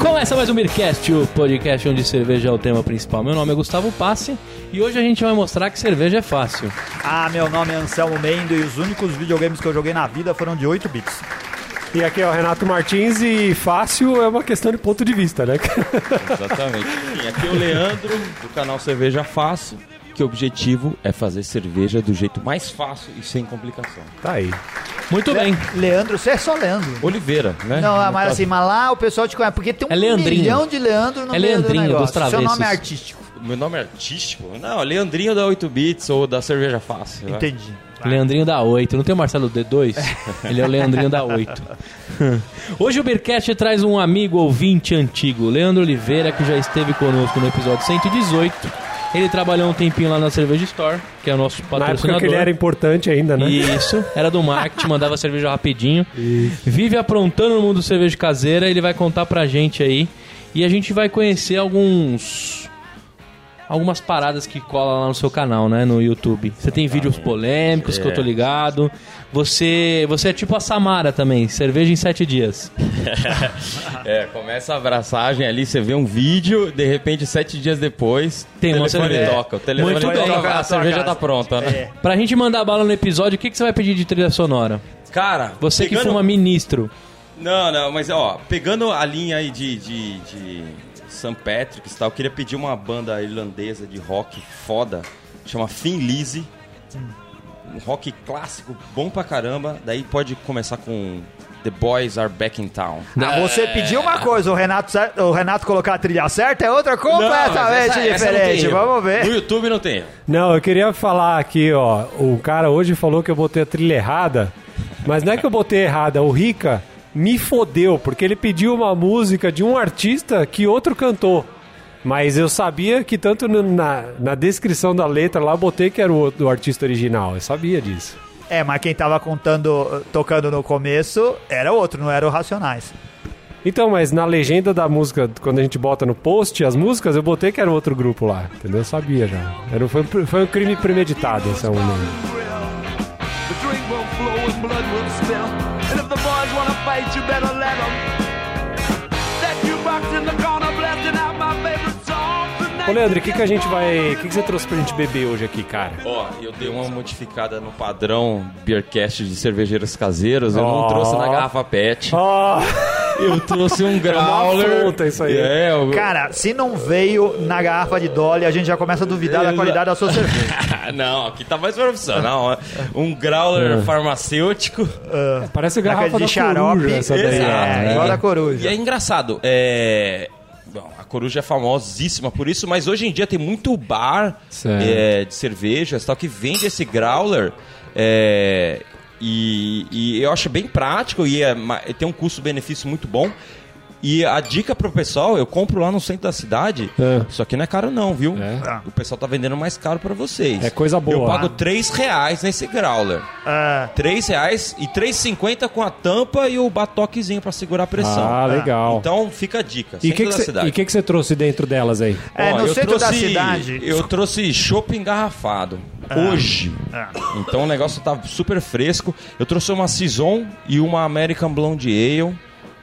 Começa mais um Beercast, o podcast onde cerveja é o tema principal. Meu nome é Gustavo Passe e hoje a gente vai mostrar que cerveja é fácil. Ah, meu nome é Anselmo Mendo e os únicos videogames que eu joguei na vida foram de 8 bits. E aqui é o Renato Martins e fácil é uma questão de ponto de vista, né? Exatamente. Enfim, aqui é o Leandro, do canal Cerveja Fácil, que o objetivo é fazer cerveja do jeito mais fácil e sem complicação. Tá aí. Muito bem. Leandro, você é só Leandro. Oliveira, né? Não, No mas caso, assim, mas lá o pessoal te conhece. Porque tem um É Leandrinho. milhão de Leandro no É meio Leandrinho, do dos negócio. Seu nome é travessos. artístico. Meu nome é artístico? Não, Leandrinho da 8 Bits ou da Cerveja Fácil. né? Entendi. Leandrinho da 8. Não tem o Marcelo D2? Ele é o Leandrinho da 8. Hoje o Beercast traz um amigo ouvinte antigo, Leandro Oliveira, que já esteve conosco no episódio 118. Ele trabalhou um tempinho lá na Cerveja Store, que é o nosso Na época patrocinador. que ele era importante ainda, né? Isso, era do marketing, mandava cerveja rapidinho. Vive aprontando no mundo de cerveja caseira, ele vai contar pra gente aí. E a gente vai conhecer alguns. Algumas paradas que cola lá no seu canal, né? No YouTube. Você tem vídeos polêmicos que eu tô ligado. Você você é tipo a Samara também, cerveja em sete dias. É, começa a abraçagem ali, você vê um vídeo, de repente, sete dias depois, Tem o uma telefone cerveja. toca. O telefone Muito toca, bem. a cerveja assim. tá pronta, né? É. Pra gente mandar bala no episódio, o que, que você vai pedir de trilha sonora? Cara, Você que pegando- fuma ministro. Não, não, mas ó, pegando a linha aí de, de, de St. Patrick's e tal, eu queria pedir uma banda irlandesa de rock foda, chama Finlise. Um rock clássico, bom pra caramba. Daí pode começar com The Boys Are Back in Town. Ah, você pediu uma coisa, o Renato, sa- o Renato colocar a trilha certa é outra completamente mas essa- é essa não tem diferente. erro. Vamos ver. No YouTube não tem. erro. Não, eu queria falar aqui, ó. O cara hoje falou que eu botei a trilha errada, mas não é que eu botei errada, o Rica me fodeu, porque ele pediu uma música de um artista que outro cantou. Mas eu sabia que tanto no- na, na descrição da letra lá eu botei que era o, outro- o artista original. Eu sabia disso. É, mas quem tava contando, tocando no começo era outro, não era o Racionais. Então, mas na legenda da música, quando a gente bota no post as músicas, eu botei que era outro grupo lá, entendeu? Eu sabia já. Era, um- foi, um- foi um crime premeditado, esse é o nome. The drink will flow and blood will spill. And if the boys wanna fight, you better let them. That jukebox in the corner blasting out my favorite song. Ô, Leandro, o que, que a gente vai. O que, que você trouxe pra gente beber hoje aqui, cara? Ó, eu dei uma modificada no padrão Beercast de cervejeiros caseiros. Eu não Ó. trouxe na garrafa PET. Ó, Eu trouxe um growler. afronta isso aí. É, eu... Cara, se não veio na garrafa de Dolly, a gente já começa a duvidar da Exa- qualidade da sua cerveja. Ah, não, aqui tá mais profissional. Um growler farmacêutico. parece garrafa de da xarope. coruja essa daí. Exato. é, né? igual da coruja. E é engraçado, é. bom, a coruja é famosíssima por isso, mas hoje em dia tem muito bar Certo. é, de cervejas tal que vende esse growler. é, e, e eu acho bem prático e é ma- tem um custo-benefício muito bom. E a dica pro pessoal, eu compro lá no centro da cidade. É. Isso aqui não é caro não, viu? É. Ah. O pessoal tá vendendo mais caro pra vocês. É coisa boa. Eu pago 3 reais nesse growler. Ah, 3 reais e 3,50 com a tampa e o batoquezinho pra segurar a pressão. Ah, legal. Então fica a dica. e o que, centro que, da você- cidade. e que, que você trouxe dentro delas aí? é, Ó, no eu centro da trouxe- cidade. Eu trouxe chopp engarrafado. Hoje. Ah. Então o negócio tá super fresco. Eu trouxe uma Saison e uma American Blonde Ale.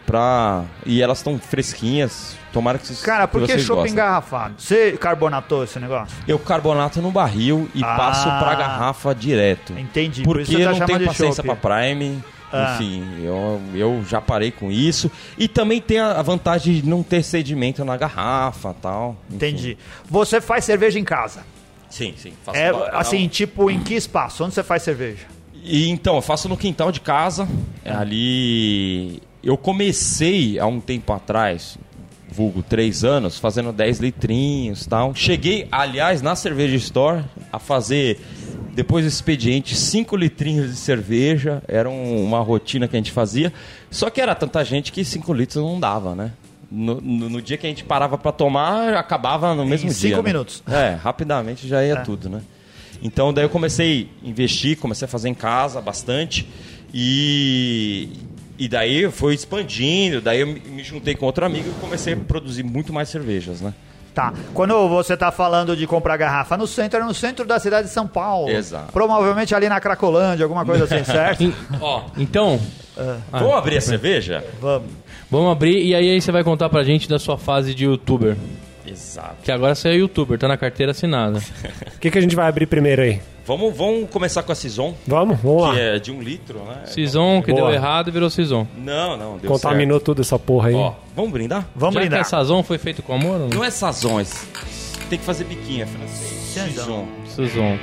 Pra... E elas estão fresquinhas. Tomara que vocês Cara, por que vocês chopp gostem. engarrafado? Você carbonatou esse negócio? Eu carbonato no barril e Ah. passo pra garrafa direto. Entendi. por isso você Porque tá eu não chamando tenho de paciência chopp. pra Prime. Ah. Enfim, eu, eu já parei com isso. E também tem a a vantagem de não ter sedimento na garrafa tal. Enfim. Entendi. Você faz cerveja em casa. Sim, sim. Faço É, lá- assim, tipo, em que espaço? Onde você faz cerveja? E, então, eu faço no quintal de casa. É Ali. Eu comecei há um tempo atrás, vulgo três anos, fazendo 10 litrinhos e tal. Cheguei, aliás, na cerveja store a fazer. Depois do expediente, 5 litrinhos de cerveja. Era um- uma rotina que a gente fazia. Só que era tanta gente que 5 litros não dava, né? No, no- no dia que a gente parava pra tomar, acabava no mesmo dia. cinco né? minutos. É, rapidamente já ia tudo, né? Então daí eu comecei a investir, comecei a fazer em casa bastante e e daí foi expandindo, daí eu me- me juntei com outro amigo e comecei a produzir muito mais cervejas, né? Tá. Quando você tá falando de comprar garrafa no centro, é no centro da cidade de São Paulo. Exato. Provavelmente ali na Cracolândia, alguma coisa assim, certo? Em- Então, Ah, Vamos abrir a cerveja? Vamos. Vamos abrir e aí, aí você vai contar pra gente da sua fase de youtuber. Exato. Que agora você é youtuber, tá na carteira assinada. O que, que a gente vai abrir primeiro aí? Vamos, vamos começar com a Saison, Vamos? Vamos lá. que é de um litro, né? Sison, que Boa. deu errado, virou Sison. Não, não, deu Contaminou tudo essa porra aí. certo. Ó, vamos brindar? Vamos Já que brindar. a Sazon foi feito com amor ou não? Não é Saison, é... tem que fazer biquinha, é francês. Saison. Sison.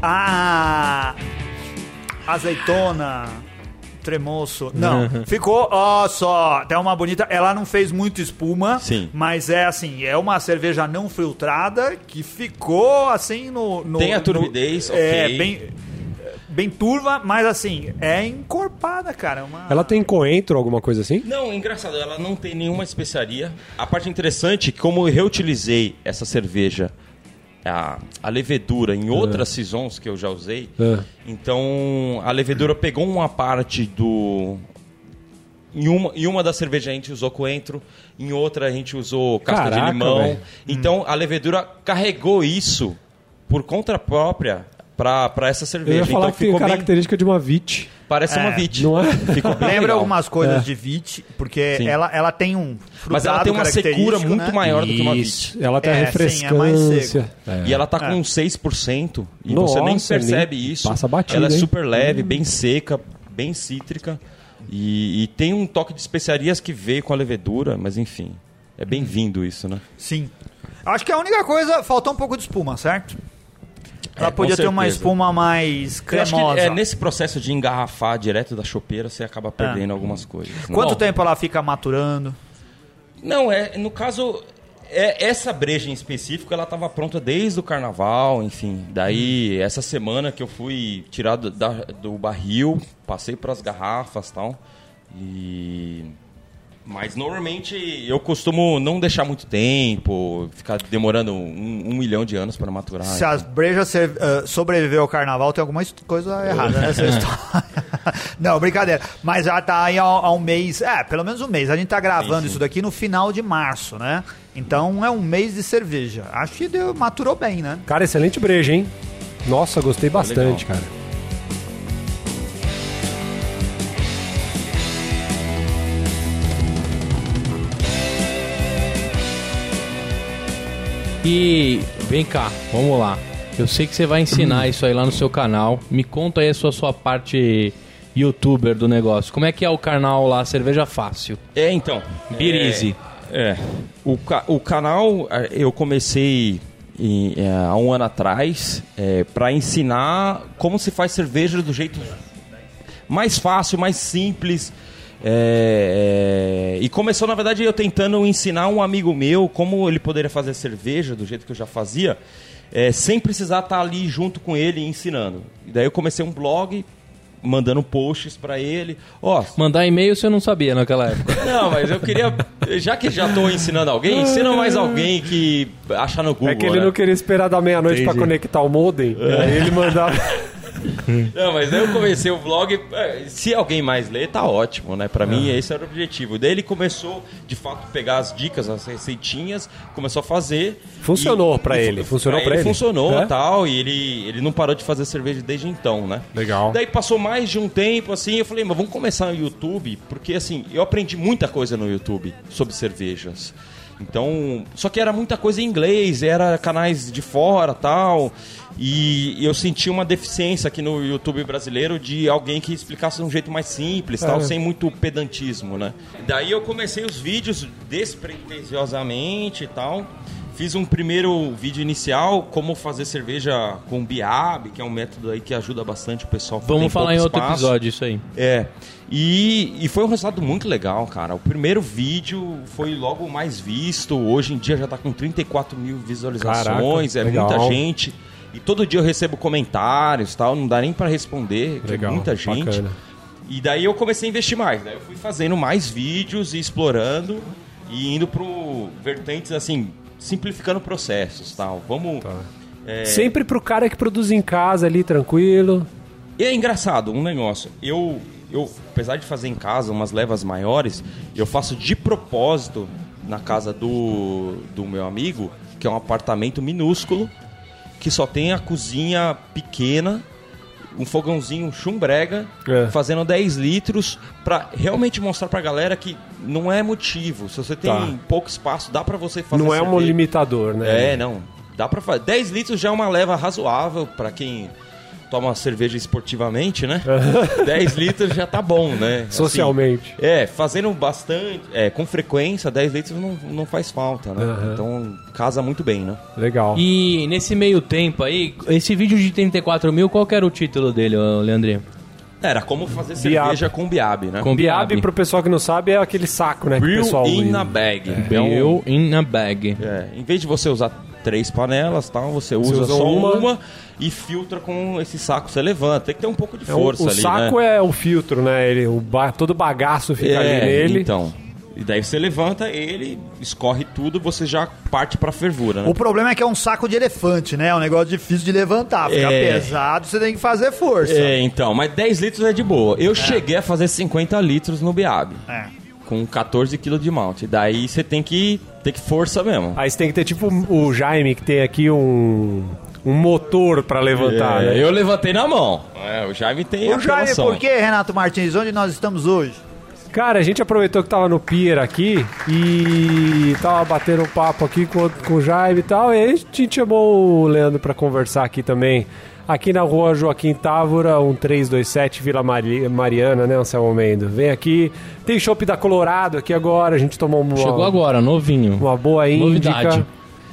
Ah! Azeitona. Tremoço. Não, Uhum. ficou, ó só, tem uma bonita. Ela não fez muito espuma, Sim. mas é assim, é uma cerveja não filtrada que ficou assim no. no- Tem a no- turbidez, É, ok. bem, bem turva, mas assim, é encorpada, cara. é Uma... Ela tem coentro, alguma coisa assim? Não, engraçado, ela não tem nenhuma especiaria. A parte interessante, é que como eu reutilizei essa cerveja, a, a levedura em outras É. saisons que eu já usei, Ah. então a levedura pegou uma parte do. Em uma, em uma das cervejas a gente usou coentro, em outra a gente usou casca Caraca, de limão. velho. Então a levedura carregou isso por conta própria para essa Eu cerveja. ia falar então que tem ficou bem. característica de uma VIT. Parece uma É, VIT. não é? Ficou bem Lembra legal. algumas coisas É. de Vit, porque Sim. ela, ela tem um. Mas ela frutado tem uma secura característico, muito né? maior do que uma VIT. Ela tem a É, sim, é mais refrescância. É. E ela tá com 6%. E Nossa, você nem nem percebe isso. passa batida, ela é hein? super leve, bem seca, bem cítrica. E, e tem um toque de especiarias que veio com a levedura, mas enfim. É bem-vindo isso, né? Sim. Acho que a única coisa, faltou um pouco de espuma, certo? Ela É, com podia ter uma certeza. espuma mais Eu acho que cremosa. É. é, nesse processo de engarrafar direto da chopeira, você acaba perdendo algumas coisas. né? Quanto Bom, tempo ela fica maturando? Não, é, no caso, é, essa breja em específico, ela estava pronta desde o carnaval, enfim. Daí, Hum. essa semana que eu fui tirado da- do barril, passei para as garrafas e tal. E... Mas normalmente eu costumo não deixar muito tempo, ficar demorando um, um milhão de anos para maturar. Se as brejas ser- eh, sobreviveu ao carnaval, tem alguma hist- coisa errada nessa história. Não, brincadeira. Mas já tá aí há, há um mês. É, pelo menos um mês. A gente tá gravando isso daqui no final de março, né? Então é um mês de cerveja. Acho que deu- maturou bem, né? Cara, excelente breja, hein? Nossa, gostei bastante, cara. E vem cá, vamos lá. Eu sei que você vai ensinar isso aí lá no seu canal. Me conta aí a sua, sua parte youtuber do negócio. Como é que é o canal lá, Cerveja Fácil? É, então. Beer é, Easy. É. O, ca- o canal eh, eu comecei em, eh, há um ano atrás para ensinar como se faz cerveja do jeito mais fácil, mais simples. É, é, e começou, na verdade, eu tentando ensinar um amigo meu como ele poderia fazer cerveja do jeito que eu já fazia, é, sem precisar estar ali junto com ele ensinando. E daí eu comecei um blog mandando posts para ele. Ó, Mandar e-mail você não sabia naquela época. não, mas eu queria. Já que já tô ensinando alguém, ensina mais alguém que achar no Google. é que ele né? É. não queria esperar da meia-noite pra conectar o modem. Aí ele mandava. Não, mas daí eu comecei o vlog. eh, Se alguém mais ler, tá ótimo, né? Pra É. mim, esse era o objetivo. Daí ele começou, de fato, pegar as dicas, as receitinhas, começou a fazer. Funcionou pra fu- ele, funcionou pra ele. Funcionou É? tal, e ele, ele não parou de fazer cerveja desde então, né? Legal. Daí passou mais de um tempo, assim, eu falei, mas vamos começar no YouTube, porque assim, eu aprendi muita coisa no YouTube sobre cervejas. Então, só que era muita coisa em inglês, era canais de fora, tal, e eu senti uma deficiência aqui no YouTube brasileiro de alguém que explicasse de um jeito mais simples, tal, sem muito pedantismo, né? Daí eu comecei os vídeos despretensiosamente e tal. Fiz um primeiro vídeo inicial, como fazer cerveja com biab, que é um método aí que ajuda bastante o pessoal. que tem Vamos falar em pouco outro espaço. episódio isso aí. É. E, e foi um resultado muito legal, cara. O primeiro vídeo foi logo o mais visto. Hoje em dia já tá com 34 mil visualizações. Caraca, é legal. muita gente. E todo dia eu recebo comentários tal. Não dá nem pra responder. que é Legal, muita gente. bacana. E daí eu comecei a investir mais. Daí eu fui fazendo mais vídeos e explorando e indo pro vertentes assim, simplificando processos tal. Vamos. Tá. é, Sempre pro cara que produz em casa ali, tranquilo. e é engraçado um negócio. Eu, eu, apesar de fazer em casa umas levas maiores, eu faço de propósito na casa do, do meu amigo, que é um apartamento minúsculo, que só tem a cozinha pequena, um fogãozinho chumbrega, É. fazendo 10 litros, pra realmente mostrar pra galera que não é motivo. Se você tem Tá. pouco espaço, dá pra você fazer Não é um cerveja. limitador, né? É, não. Dá pra fazer. 10 litros já é uma leva razoável pra quem toma cerveja esportivamente, né? 10 litros já tá bom, né? Assim, Socialmente. é, fazendo bastante, é, com frequência, 10 litros não, não faz falta, né? Aham. Então casa muito bem, né? Legal. E nesse meio tempo aí, esse vídeo de 34 mil, qual que era o título dele, ô, Leandrinho? Era como fazer Biab. cerveja com biabe, né? Com Biab, pro pessoal que não sabe, é aquele saco, né? que o Brew pessoal in usa. a bag. É um- Bill in a bag. é, em vez de você usar três panelas, tal, você usa, usa só uma. uma. e filtra com esse saco. Você levanta, tem que ter um pouco de É, o- força o ali, saco né? é o filtro, né? Ele, o ba- todo bagaço fica ali nele. Então. E daí você levanta ele, escorre tudo, você já parte pra fervura, né? O problema é que é um saco de elefante, né? É um negócio difícil de levantar. Fica É. pesado, você tem que fazer força. É, então, mas 10 litros é de boa. Eu cheguei a fazer 50 litros no Biab, É. com 14 quilos de malte. Daí você tem que ter que força mesmo. Aí você tem que ter tipo o Jaime, que tem aqui um, um motor pra levantar, É, né? Eu levantei na mão. É, o Jaime tem O Jaime, apelação. por que, Renato Martins? Onde nós estamos hoje? Cara, a gente aproveitou que tava no pier aqui e tava batendo um papo aqui com, com o Jaime e tal. E aí a gente chamou o Leandro pra conversar aqui também. Aqui na rua Joaquim Távora, 1327, Vila Mari- Mariana, né, Anselmo Mendo? Vem aqui. Tem chopp da Colorado aqui agora, a gente tomou uma, Chegou agora, novinho. uma boa índica. Novidade.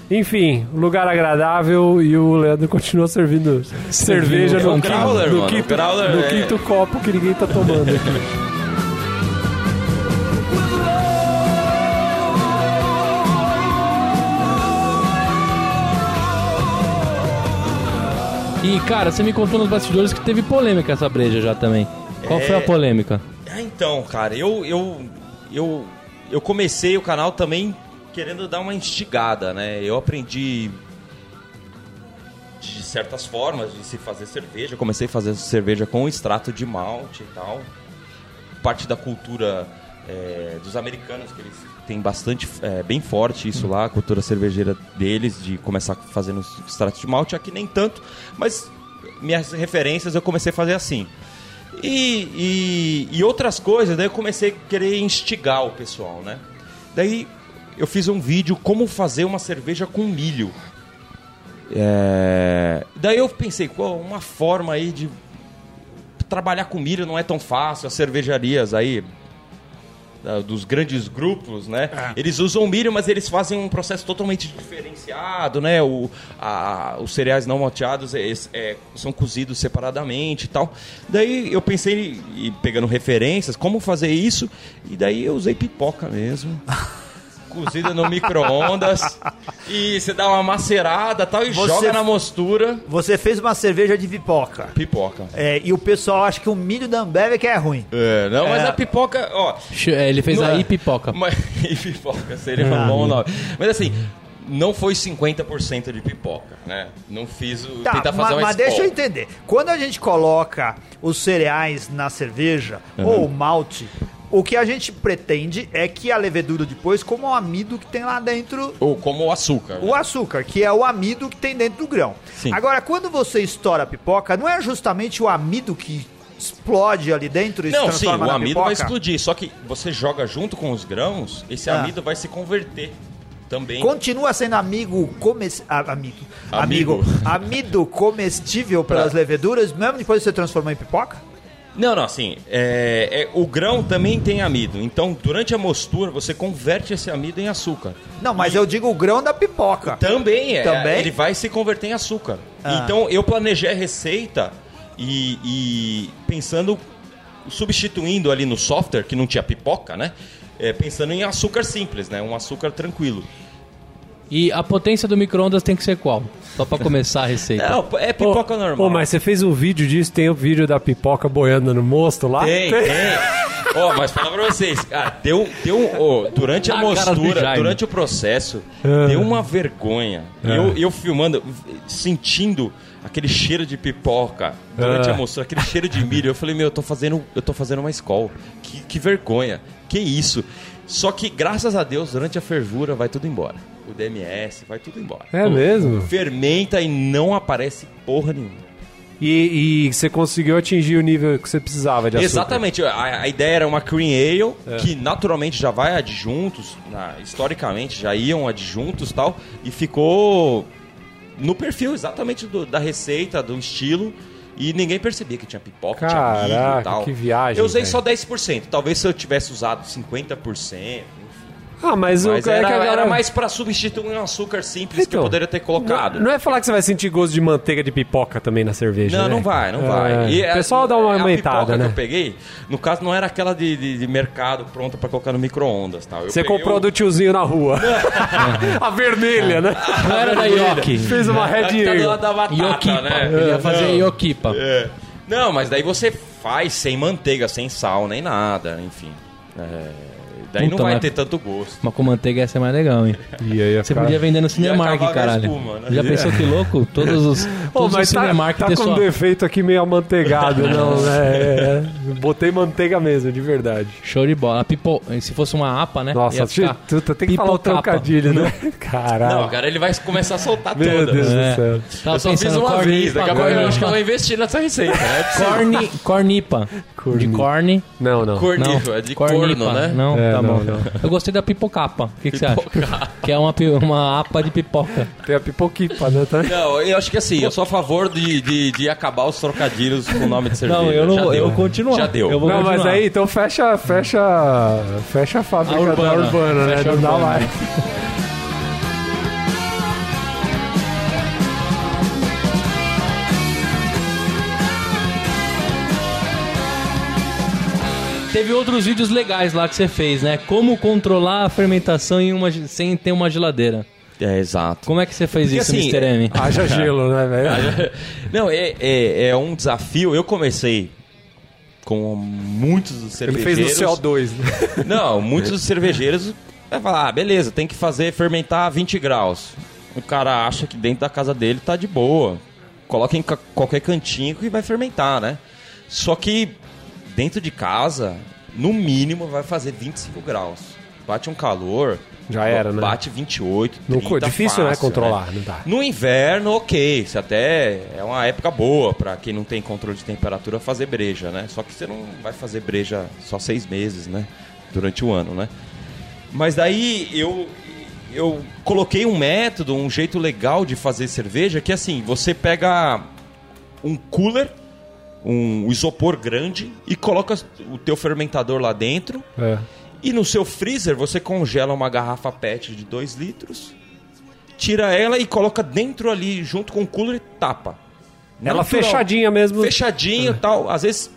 Enfim, lugar agradável e o Leandro continua servindo cerveja É um no, quinto- growler, no mano, quinto, growler, no é. quinto copo que ninguém tá tomando aqui. E, cara, você me contou nos bastidores que teve polêmica essa breja já também. Qual foi a polêmica? Ah, então, cara, eu, eu, eu, eu comecei o canal também querendo dar uma instigada, né? Eu aprendi de certas formas de se fazer cerveja. Eu comecei a fazer cerveja com extrato de malte e tal. Parte da cultura é, dos americanos, que eles têm bastante, é, bem forte isso lá, a cultura cervejeira deles, de começar fazendo extrato de malte. Aqui nem tanto, mas minhas referências eu comecei a fazer assim. E, e- e outras coisas, daí eu comecei a querer instigar o pessoal, né? Daí eu fiz um vídeo como fazer uma cerveja com milho. É, Daí eu pensei, pô, uma forma aí de trabalhar com milho não é tão fácil, as cervejarias aí da- dos grandes grupos, né? Eles usam milho, mas eles fazem um processo totalmente diferenciado, né? O, a- os cereais não malteados é- é- são cozidos separadamente e tal. Daí eu pensei, e pegando referências, como fazer isso, e daí eu usei pipoca mesmo. Cozida no micro-ondas. E você dá uma macerada tal, e Você- joga na mostura. Você fez uma cerveja de pipoca. Pipoca. É, e o pessoal acha que o milho da Ambev é que é ruim. É, não, mas É. a pipoca, ó, Che- é, Ele fez Não aí é. pipoca. Mas, e pipoca seria um bom nome. Mas assim, não foi 50% de pipoca, né? Não fiz o. Tá, tentar ma- mas, fazer uma deixa eu escola. entender. Quando a gente coloca os cereais na cerveja Uhum. ou o malte, o que a gente pretende é que a levedura depois coma o amido que tem lá dentro Ou como o açúcar. o açúcar, que é o amido que tem dentro do grão. Sim. Agora, quando você estoura a pipoca, não é justamente o amido que explode ali dentro e Não, se sim, transforma o na amido pipoca? vai explodir. Só que você joga junto com os grãos, esse Ah. amido vai se converter também. Continua sendo amigo comes... ah, amigo. Amigo. amigo amido comestível pelas Pra- leveduras, mesmo depois que você transformou em pipoca? Não, não, assim, é, é- o grão também tem amido. Então, durante a mostura, você converte esse amido em açúcar. Não, mas eu digo o grão da pipoca. Também é. Também? Ele vai se converter em açúcar. Ah. Então eu planejei a receita e, e pensando, substituindo ali no software, que não tinha pipoca, né? É, pensando em açúcar simples, né? Um açúcar tranquilo. E a potência do micro-ondas tem que ser qual? Só pra começar a receita. Não, é pipoca Ô, normal. Pô, mas você fez um vídeo disso, tem o vídeo da pipoca boiando no mosto lá? Tem, tem. Ó, mas falar pra vocês, cara, deu, deu um- ó, durante a Na cara do mostura, Jaime. durante o processo, deu uma vergonha. Eu, eu filmando, sentindo aquele cheiro de pipoca durante Ah. a mostura, aquele cheiro de milho. Eu falei, meu, eu tô fazendo, eu tô fazendo uma escola. Que, que vergonha. Que isso. Só que, graças a Deus, durante a fervura vai tudo embora. O DMS vai tudo embora. É mesmo? Fermenta e não aparece porra nenhuma. E, e você conseguiu atingir o nível que você precisava de açúcar. É. Exatamente. A, a ideia era uma cream ale, que naturalmente já vai adjuntos, na- historicamente já iam adjuntos e tal, e ficou no perfil exatamente do- da receita, do estilo, e ninguém percebia que tinha pipoca, tinha milho Caraca, e tal. que viagem, Eu usei velho. só 10%, talvez se eu tivesse usado 50%, Ah, mas, o mas cara era, que agora... era mais pra substituir um açúcar simples que eu Então, poderia ter colocado. Não é falar que você vai sentir gosto de manteiga de pipoca também na cerveja, Não, né? não vai, não É. vai. E o pessoal a- dá uma a aumentada, pipoca né? que eu peguei, no caso, não era aquela de, de- de mercado pronta pra colocar no micro-ondas tal. Eu Você peguei comprou o- do tiozinho na rua. a vermelha, né? Não era da Yoki. Fez uma a red que É. tá do lado ale. da batata, Yokipa. né? Ele ia fazer Não. Yokipa. É. Não, mas daí você faz sem manteiga, sem sal, nem nada, enfim. É, Daí Puta, não vai mas- ter tanto gosto. Mas com manteiga ia ser mais legal, hein? E aí, Você podia vender no Cinemark, acabar com a caralho. espuma, né? Já pensou que louco? Todos os, Pô, todos os mas tá, Cinemark tá ter com só... um defeito aqui meio amanteigado, não, né? É, é. Botei manteiga mesmo, de verdade. Show de bola. A pipo... Se fosse uma APA, né? Nossa, Ia ficar tu, tu tem que falar o pipocapa. trocadilho, né? Não, Caralho. cara, ele vai começar a soltar Meu toda. Deus É. do céu. Tava Eu só fiz pensando, uma cornipa, vez, daqui a pouco né? eu acho que é eu vou investir nessa receita. Né? Corni, cornipa. De Cornipa. corne. Não, não. Cornico, Não, é de cornipa. corno, né? Não, É, tá não, bom. não. Eu gostei da pipocapa. O que, que você acha? Que é uma, pi- uma apa de pipoca. Tem a pipoquipa, né? Tá? Não, eu acho que assim, eu sou a favor de, de, de acabar os trocadilhos com o nome de cerveja. Não, eu não Já vou. deu. Eu vou continuar. Já deu. Eu vou Não, mas continuar. aí, então fecha, fecha, fecha a fábrica A urbana. da Urbana, né? Fecha a Não dá urbana. mais. Teve outros vídeos legais lá que você fez, né? Como controlar a fermentação em uma, ge- sem ter uma geladeira. É, exato. Como é que você fez Porque isso, assim, Mr. M? Haja gelo, né, velho? Não, é, é, é um desafio. Eu comecei com muitos dos Ele fez cervejeiros. no CO2, né? Não, muitos dos cervejeiros vai falar, ah, beleza, tem que fazer fermentar a 20 graus. O cara acha que dentro da casa dele tá de boa. Coloca em ca- qualquer cantinho que vai fermentar, né? Só que dentro de casa, no mínimo vai fazer 25 graus. Bate um calor. Já era, né? Bate 28, Não, 30, difícil, né, fácil, controlar, é. não dá. No inverno, ok. Isso até é uma época boa pra quem não tem controle de temperatura fazer breja, né? Só que você não vai fazer breja só seis meses, né? Durante o ano, né? Mas daí eu, eu coloquei um método, um jeito legal de fazer cerveja, que assim, você pega um cooler, um isopor grande e coloca o teu fermentador lá dentro É. e no seu freezer você congela uma garrafa PET de 2 litros, tira ela e coloca dentro ali, junto com o cooler e tapa. Ela Natural. fechadinha É. mesmo. Fechadinho e tal. Às vezes,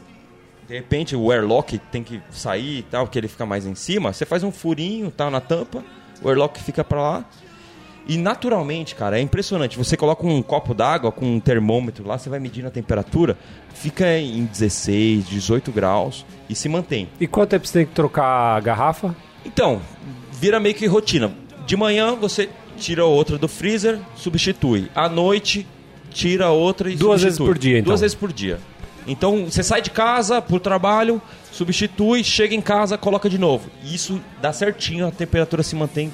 de repente, o airlock tem que sair e tal, porque ele fica mais em cima. Você faz um furinho tal na tampa, o airlock fica pra lá. E naturalmente, cara, é impressionante. Você coloca um copo d'água com um termômetro lá, você vai medindo a temperatura, fica em 16, 18 graus e se mantém. E quanto tempo você tem que trocar a garrafa? Então, vira meio que rotina. De manhã você tira outra do freezer, substitui. À noite, tira outra e Duas vezes substitui. por dia, então. Duas vezes por dia. Então, você sai de casa pro trabalho, substitui, chega em casa, coloca de novo. E Isso dá certinho, a temperatura se mantém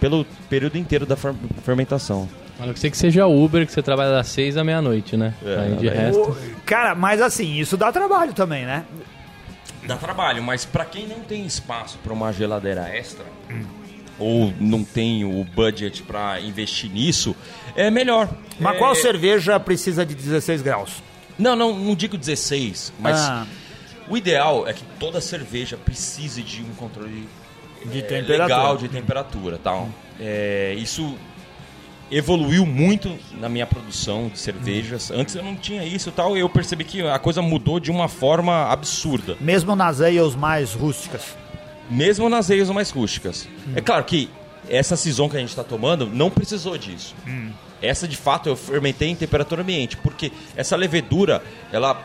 pelo período inteiro da fer- fermentação. é, A não ser que seja Uber, que você trabalha das seis à meia-noite, né? É, aí de né? resto. O- Cara, mas assim, isso dá trabalho também, né? Dá trabalho, mas para quem não tem espaço para uma geladeira extra Hum. ou não tem o budget para investir nisso, é melhor. Mas É- qual cerveja precisa de 16 graus? Não, não, não digo 16, mas Ah. o ideal é que toda cerveja precise de um controle De eh, temperatura. legal de temperatura, tal. É, isso evoluiu muito na minha produção de cervejas. Antes eu não tinha isso, tal. e Eu percebi que a coisa mudou de uma forma absurda, Mesmo nas ales mais rústicas. mesmo nas ales mais rústicas. É claro que essa saison que a gente está tomando não precisou disso. Hum. Essa de fato eu fermentei em temperatura ambiente, porque essa levedura, ela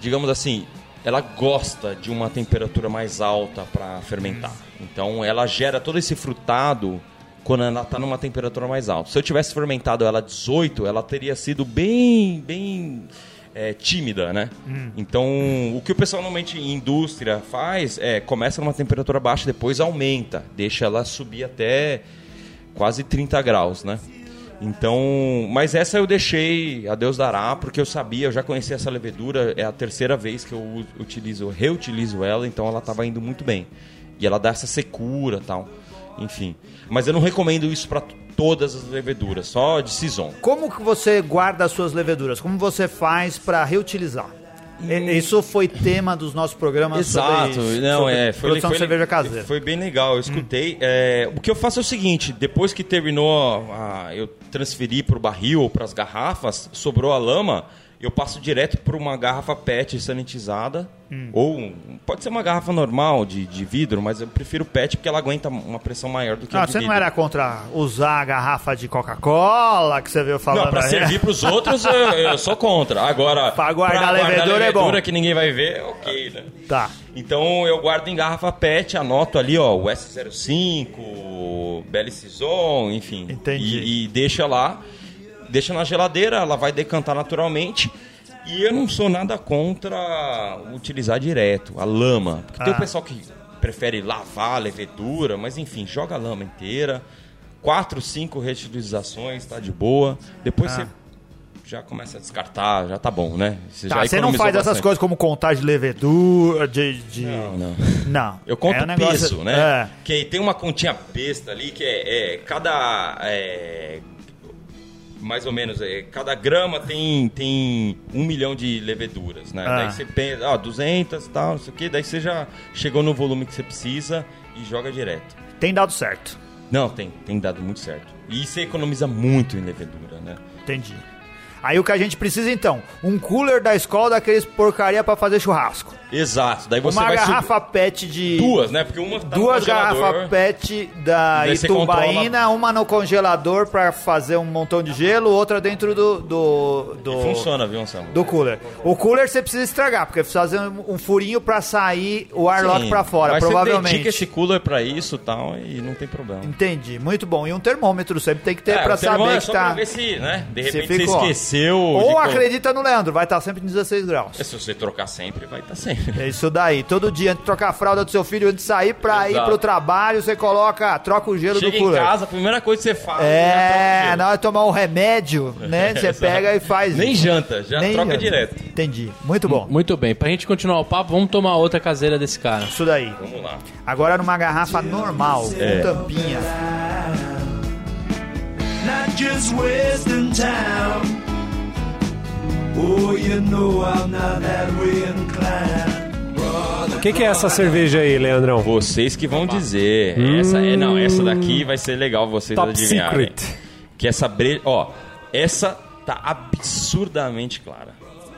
digamos assim, ela gosta de uma temperatura mais alta para fermentar. Então ela gera todo esse frutado quando ela está numa temperatura mais alta. Se eu tivesse fermentado ela 18, ela teria sido bem, bem é, tímida, né? Então, o que o pessoal normalmente em indústria faz é começa numa temperatura baixa, depois aumenta, deixa ela subir até quase 30 graus, né? Então, mas essa eu deixei a Deus dará, porque eu sabia, eu já conhecia essa levedura, é a terceira vez que eu u- utilizo, reutilizo ela, então ela estava indo muito bem. E ela dá essa secura, tal. Enfim, mas eu não recomendo isso para todas as leveduras, só de saison. Como que você guarda as suas leveduras? Como você faz pra reutilizar? E- Isso foi tema dos nossos programas Exato, sobre, não sobre é, foi, produção foi, de cerveja caseira. Foi bem legal, eu escutei. É, o que eu faço é o seguinte: depois que terminou, a- eu transferi para o barril ou para as garrafas, sobrou a lama, eu passo direto para uma garrafa PET sanitizada Hum. ou um- pode ser uma garrafa normal de, de vidro, mas eu prefiro PET porque ela aguenta uma pressão maior do que é Ah, a de você não vidro. era contra usar a garrafa de Coca-Cola que você veio falando Não, pra aí? servir pros outros eu, eu sou contra. Agora, né? Pra guardar levedura é bom. que ninguém vai ver, ok, né? Tá. Então eu guardo em garrafa PET, anoto ali, ó, o S05, Belle Saison, enfim. Entendi. E, e deixa lá, deixa na geladeira, ela vai decantar naturalmente. E eu não sou nada contra utilizar direto a lama. Porque Ah. tem o pessoal que prefere lavar a levedura, mas enfim, joga a lama inteira. Quatro, cinco reutilizações, tá de boa. Depois Ah. você já começa a descartar, já tá bom, né? Você, Tá, já você não economizou faz essas bastante. coisas como contar de levedura, de... de- Não. Não. Eu É conto um o negócio- peso, né? É. Que tem uma continha besta ali que é, é, cada. é, mais ou menos, é, cada grama tem, tem um milhão de leveduras, né? Ah. Daí você pensa, ó, 200 e tal, não sei o quê, daí você já chegou no volume que você precisa e joga direto. Tem dado certo. Não, tem, tem dado muito certo. E você economiza muito em levedura, né? Entendi. Aí o que a gente precisa então? Um cooler da escola daqueles porcaria pra fazer churrasco. Exato, daí você Uma vai subir- garrafa pet de... Duas, né? Porque uma tá no Duas congelador. garrafas PET da Daí você Itumbaína, uma no congelador pra fazer um montão de gelo, outra dentro do. do, do Funciona, viu, Anselmo? Do cooler. O cooler você precisa estragar, porque precisa fazer um um furinho pra sair o ar lock Sim, pra fora, mas Você provavelmente. dedica esse cooler pra isso e tal, e não tem problema. Entendi. Muito bom. E um termômetro sempre tem que ter É, pra o termômetro saber é que só tá. pra ver se, é né? se De repente você, ficou. esqueceu. de Ou colo- acredita no Leandro, vai estar sempre em 16 graus. É, Se você trocar sempre, vai estar sempre. É isso daí. Todo dia, antes de trocar a fralda do seu filho, antes de sair pra ir Exato. pro trabalho, você coloca, troca o gelo Chega do em cooler. casa, a primeira coisa que você É, faz já troca o gelo. na hora de tomar um remédio, né? Você Exato. pega e faz. Nem isso. janta, já Nem troca janta. direto. Entendi. Muito bom. Muito bem, pra gente continuar o papo, vamos tomar outra caseira desse cara. Isso daí. Vamos lá. Agora numa garrafa normal, É. com tampinha. not just wasting time. Oh, you know I'm not that way inclined. O que, que é essa cerveja aí, Leandrão? Vocês que vão dizer. Essa é, não, essa daqui vai ser legal vocês Hum. Top adivinharem. secret. Que essa bre... ó, essa tá absurdamente clara.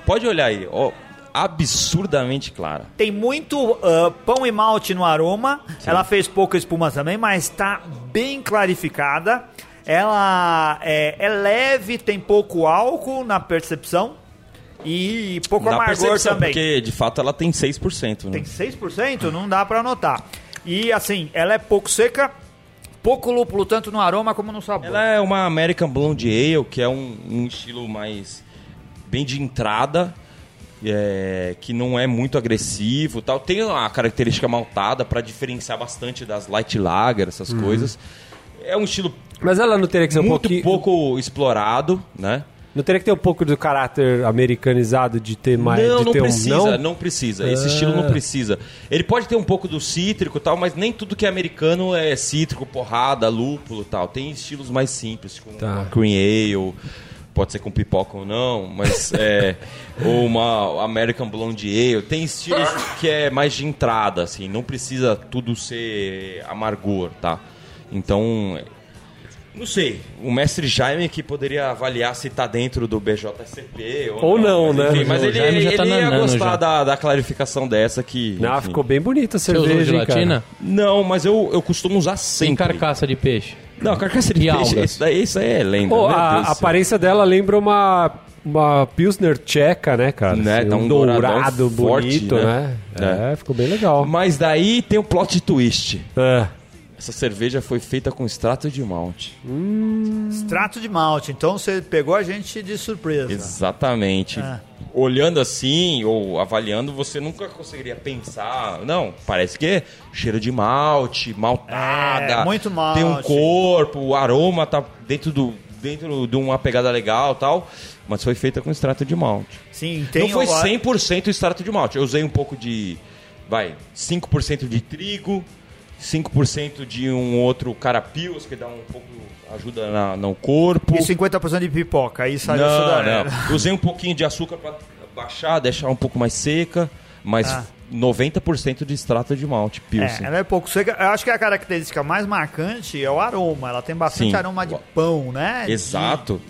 Pode olhar aí, ó, absurdamente clara. Tem muito ah, pão e malte no aroma. Ela fez pouca espuma também, mas tá bem clarificada. Ela é, é leve, tem pouco álcool na percepção e pouco Na amargor percepção, também. porque de fato ela tem 6%, né? Tem 6%, não dá pra notar. E assim, ela é pouco seca, pouco lúpulo, tanto no aroma como no sabor. Ela é uma American Blonde Ale, que é um, um estilo mais bem de entrada, é, que não é muito agressivo, e tal. Tem a característica maltada para diferenciar bastante das light lager, essas coisas. É um estilo Mas ela não teria que ser um muito pouquinho. pouco explorado, né? Não teria que ter um pouco do caráter americanizado de ter mais. não, de não ter precisa, um, Ah. não? precisa. Esse estilo não precisa. Ele pode ter um pouco do cítrico e tal, mas nem tudo que é americano é cítrico, porrada, lúpulo e tal. Tem estilos mais simples, com Tá. uma cream ale, pode ser com pipoca ou não, mas é ou uma American Blonde Ale. Tem estilos que é mais de entrada, assim, não precisa tudo ser amargor, tá? Então, não sei, o mestre Jaime que poderia avaliar se tá dentro do BJCP ou, Ou não, mas, né? enfim, mas O ele, Jaime já tá ele ia nanando gostar já. da, da clarificação dessa que. Não, enfim. Ah, ficou bem bonita a Você usou cerveja, hein, cara. gelatina? Não, mas eu, eu costumo usar Tem sempre. carcaça de peixe. Não, carcaça de E peixe, algas. isso, daí, isso aí é lenda. Pô, meu a Deus do a céu. aparência dela lembra uma, uma Pilsner tcheca, né, cara? Né, Assim, dá um um dourado douradão forte, bonito, né? né? É, ficou bem legal. Mas daí tem o plot twist. É. Essa cerveja foi feita com extrato de malte. Extrato de malte. Então você pegou a gente de surpresa. Exatamente. Ah. Olhando assim, ou avaliando, você nunca conseguiria pensar. Não, parece que é cheiro de malte, maltada. É, muito malte. Tem um corpo, o aroma tá dentro do dentro de uma pegada legal tal. Mas foi feita com extrato de malte. Sim, tem Não foi o- 100% extrato de malte. Eu usei um pouco de, vai, 5% de trigo, 5% de um outro carapios, que dá um pouco, ajuda na- no corpo. E 50% de pipoca. Aí Tá, saiu isso Não, daí. não. Usei um pouquinho de açúcar pra baixar, deixar um pouco mais seca, mas Ah. 90% de extrato de malte, assim. É, Pilsen. ela é pouco seca. Eu acho que a característica mais marcante é o aroma. Ela tem bastante Sim. aroma de pão, né? De- Exato.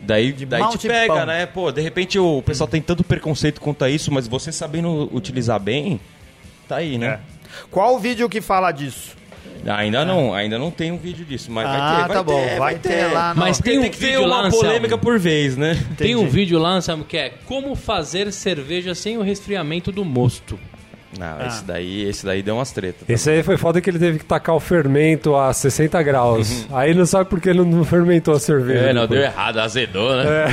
Daí, daí malte te e pega, pão. né? Pô, de repente o pessoal tem tanto preconceito quanto a isso, mas você sabendo utilizar bem, tá aí, né? Qual o vídeo que fala disso? Ainda não, ainda não tem um vídeo disso, mas vai ah, ter, vai tá bom. ter, vai ter, lá no... Mas Porque tem um tem que ter vídeo lá, uma Anselmo. polêmica por vez, né? Tem um Entendi. vídeo lá, Anselmo, que é como fazer cerveja sem o resfriamento do mosto. Não, esse daí, esse daí deu umas tá tretas. Esse aí foi foda que ele teve que tacar o fermento a 60 graus. Aí não sabe por que ele não fermentou a cerveja. Uhum. É, não, deu depois. errado, azedou, né?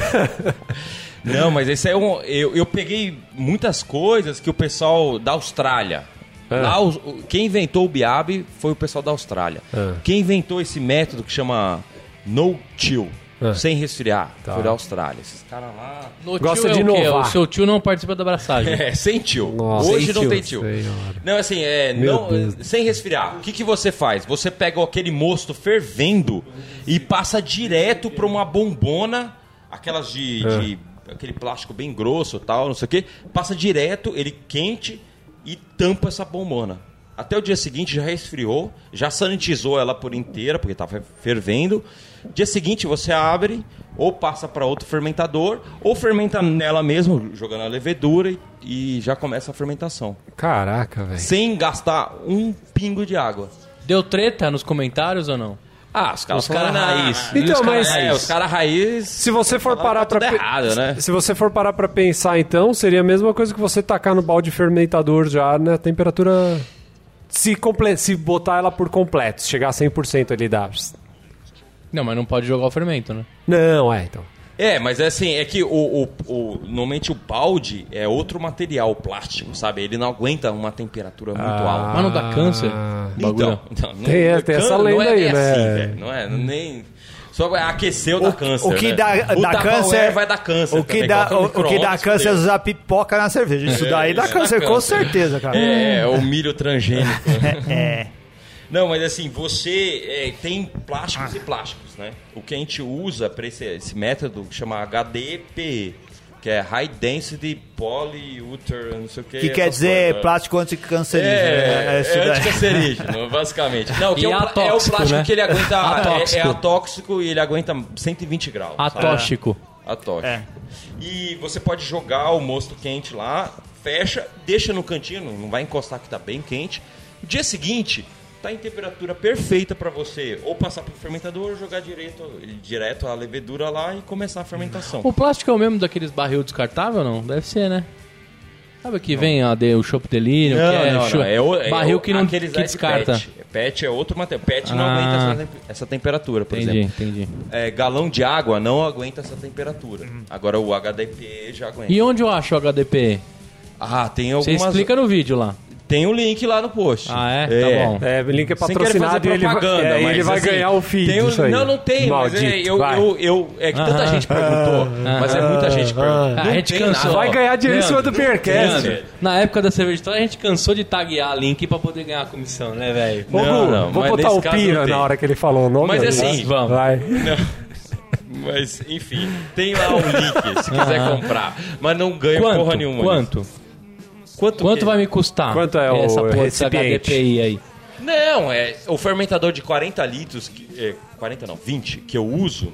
não, mas esse é um. Eu, eu peguei muitas coisas que o pessoal da Austrália. É. Lá, os- o- quem inventou o Biab foi o pessoal da Austrália. É. Quem inventou esse método que chama no chill, É. sem resfriar, Tá. foi da Austrália. Esses caras lá. No Gosta tio de é o quê? inovar. O seu tio não participa da abraçagem. É, sem chill. Nossa, Hoje sem não chill. tem chill. Senhora. Não, assim, é, Meu não, Deus. sem resfriar. O que, que você faz? Você pega aquele mosto fervendo e passa direto pra uma bombona, aquelas de, É. de- aquele plástico bem grosso, tal, não sei o quê. Passa direto, ele quente e tampa essa bombona. Até o dia seguinte já resfriou, já sanitizou ela por inteira, porque estava fervendo. Dia seguinte você abre, ou passa para outro fermentador, ou fermenta nela mesmo, jogando a levedura e- e já começa a fermentação Caraca, velho. sem gastar um pingo de água. Deu treta nos comentários ou não? Ah, os caras Os caras falaram, "Ah, raiz. Então, Os caras mas raiz. é, os caras raiz. Se você for parar tá tudo pra pe- errado, né? Se você for parar para pensar então, seria a mesma coisa que você tacar no balde fermentador já na temperatura se comple... se botar ela por completo, se chegar a 100% ali dá. Não, mas não pode jogar o fermento, né? Não, é, então. É, mas é assim, é que o, o- o- normalmente o balde é outro material, o plástico, sabe? Ele não aguenta uma temperatura muito alta. Ah, Mas não dá câncer? Então, Bagulho. então, não- Tem essa- tem essa não é lenda aí, bem né? assim, velho, não é nem só vai aquecer o da câncer. O que né? dá, o dá Tupperware câncer vai dar câncer. O que também, dá, coloca no o, o que dá micro-ondas, câncer é fudeu. usar pipoca na cerveja. Isso daí dá É, isso dá câncer, com câncer. certeza, cara. É, o milho transgênico. É. Não, mas assim, você é, tem plásticos e plásticos, né? O que a gente usa para esse, esse método chama HDPE, que é High Density Polyuter, não sei o que. Que quer dizer plástico anticancerígeno. né? né? É, é, isso daí. anticancerígeno, basicamente. Não, que E é, o, é o atóxico, plástico né? que ele aguenta. Atóxico. É, é atóxico e ele aguenta 120 graus. Ah, sabe? Atóxico. Atóxico. É. E você pode jogar o mosto quente lá, fecha, deixa no cantinho, não- não vai encostar que tá bem quente. No dia seguinte, tá em temperatura perfeita para você ou passar pro fermentador ou jogar direto, direto a levedura lá e começar a fermentação. O plástico é o mesmo daqueles barril descartável ou não? Deve ser, né? Sabe que vem a de- o Shop Delirium, que é, chu- o- barril o- que não que aqueles lá de descarta. Pet. Pet é outro material. Pet não Ah. aguenta essa, temp- essa temperatura, por Entendi, exemplo. entendi. É, galão de água não aguenta essa temperatura. Agora o HDP já aguenta. Uhum. E onde eu acho o HDP? Ah, tem Você algumas... explica no vídeo lá. Tem o link lá no post. Ah, é? Tá bom. É, o link é Sem querer patrocinado e fazer ele vai, propaganda, é, mas, ele vai assim, ganhar o feed tem o- disso aí. Não, não tem, Maldito, mas é, eu, vai. eu, eu- é que tanta Ah, gente perguntou, mas é muita gente perguntando. ah. Não A gente tem cansou. nada. Vai ganhar dinheiro em cima do Beercast. Leandro, Na época da cerveja Estrada, a gente cansou de taguear link pra poder ganhar a comissão, né, velho? Ô, Gu, Não, não, vou mas botar nesse o caso não Pira tem. na hora que ele falou o nome. Mas ali. assim, vamos. Vai. Não, mas enfim, tem lá um link se quiser comprar, mas não ganha Ah. Quanto? porra nenhuma. Quanto? Quanto, Quanto que- vai me custar? Quanto é o essa porra desse recipiente? HDPI aí? Não, é o fermentador de 40 litros, que- é, 40 não, 20 que eu uso,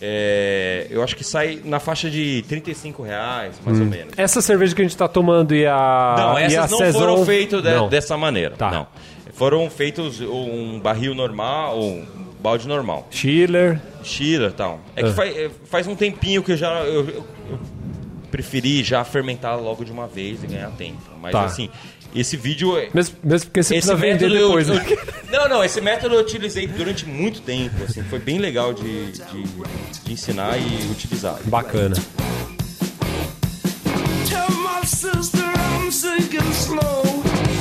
é, eu acho que sai na faixa de 35 reais, mais Hum. ou menos. Essa cerveja que a gente tá tomando e a. Não, Ah, e a essas não Saison- foram feitas de- Não. dessa maneira. Tá. Não. Foram feitos um barril normal, um balde normal. Schiller. Tira e tal. É Ah. que faz, é, faz um tempinho que eu já. Eu, eu- eu preferi já fermentar logo de uma vez e ganhar tempo. Mas Tá. assim, Esse vídeo. é- Mesmo, mesmo porque você esse precisa vender método depois, eu, né? eu- Não, não, esse método eu utilizei durante muito tempo. Assim, foi bem legal de, de, de ensinar e utilizar. Bacana. Tell my sister I'm sinking slow.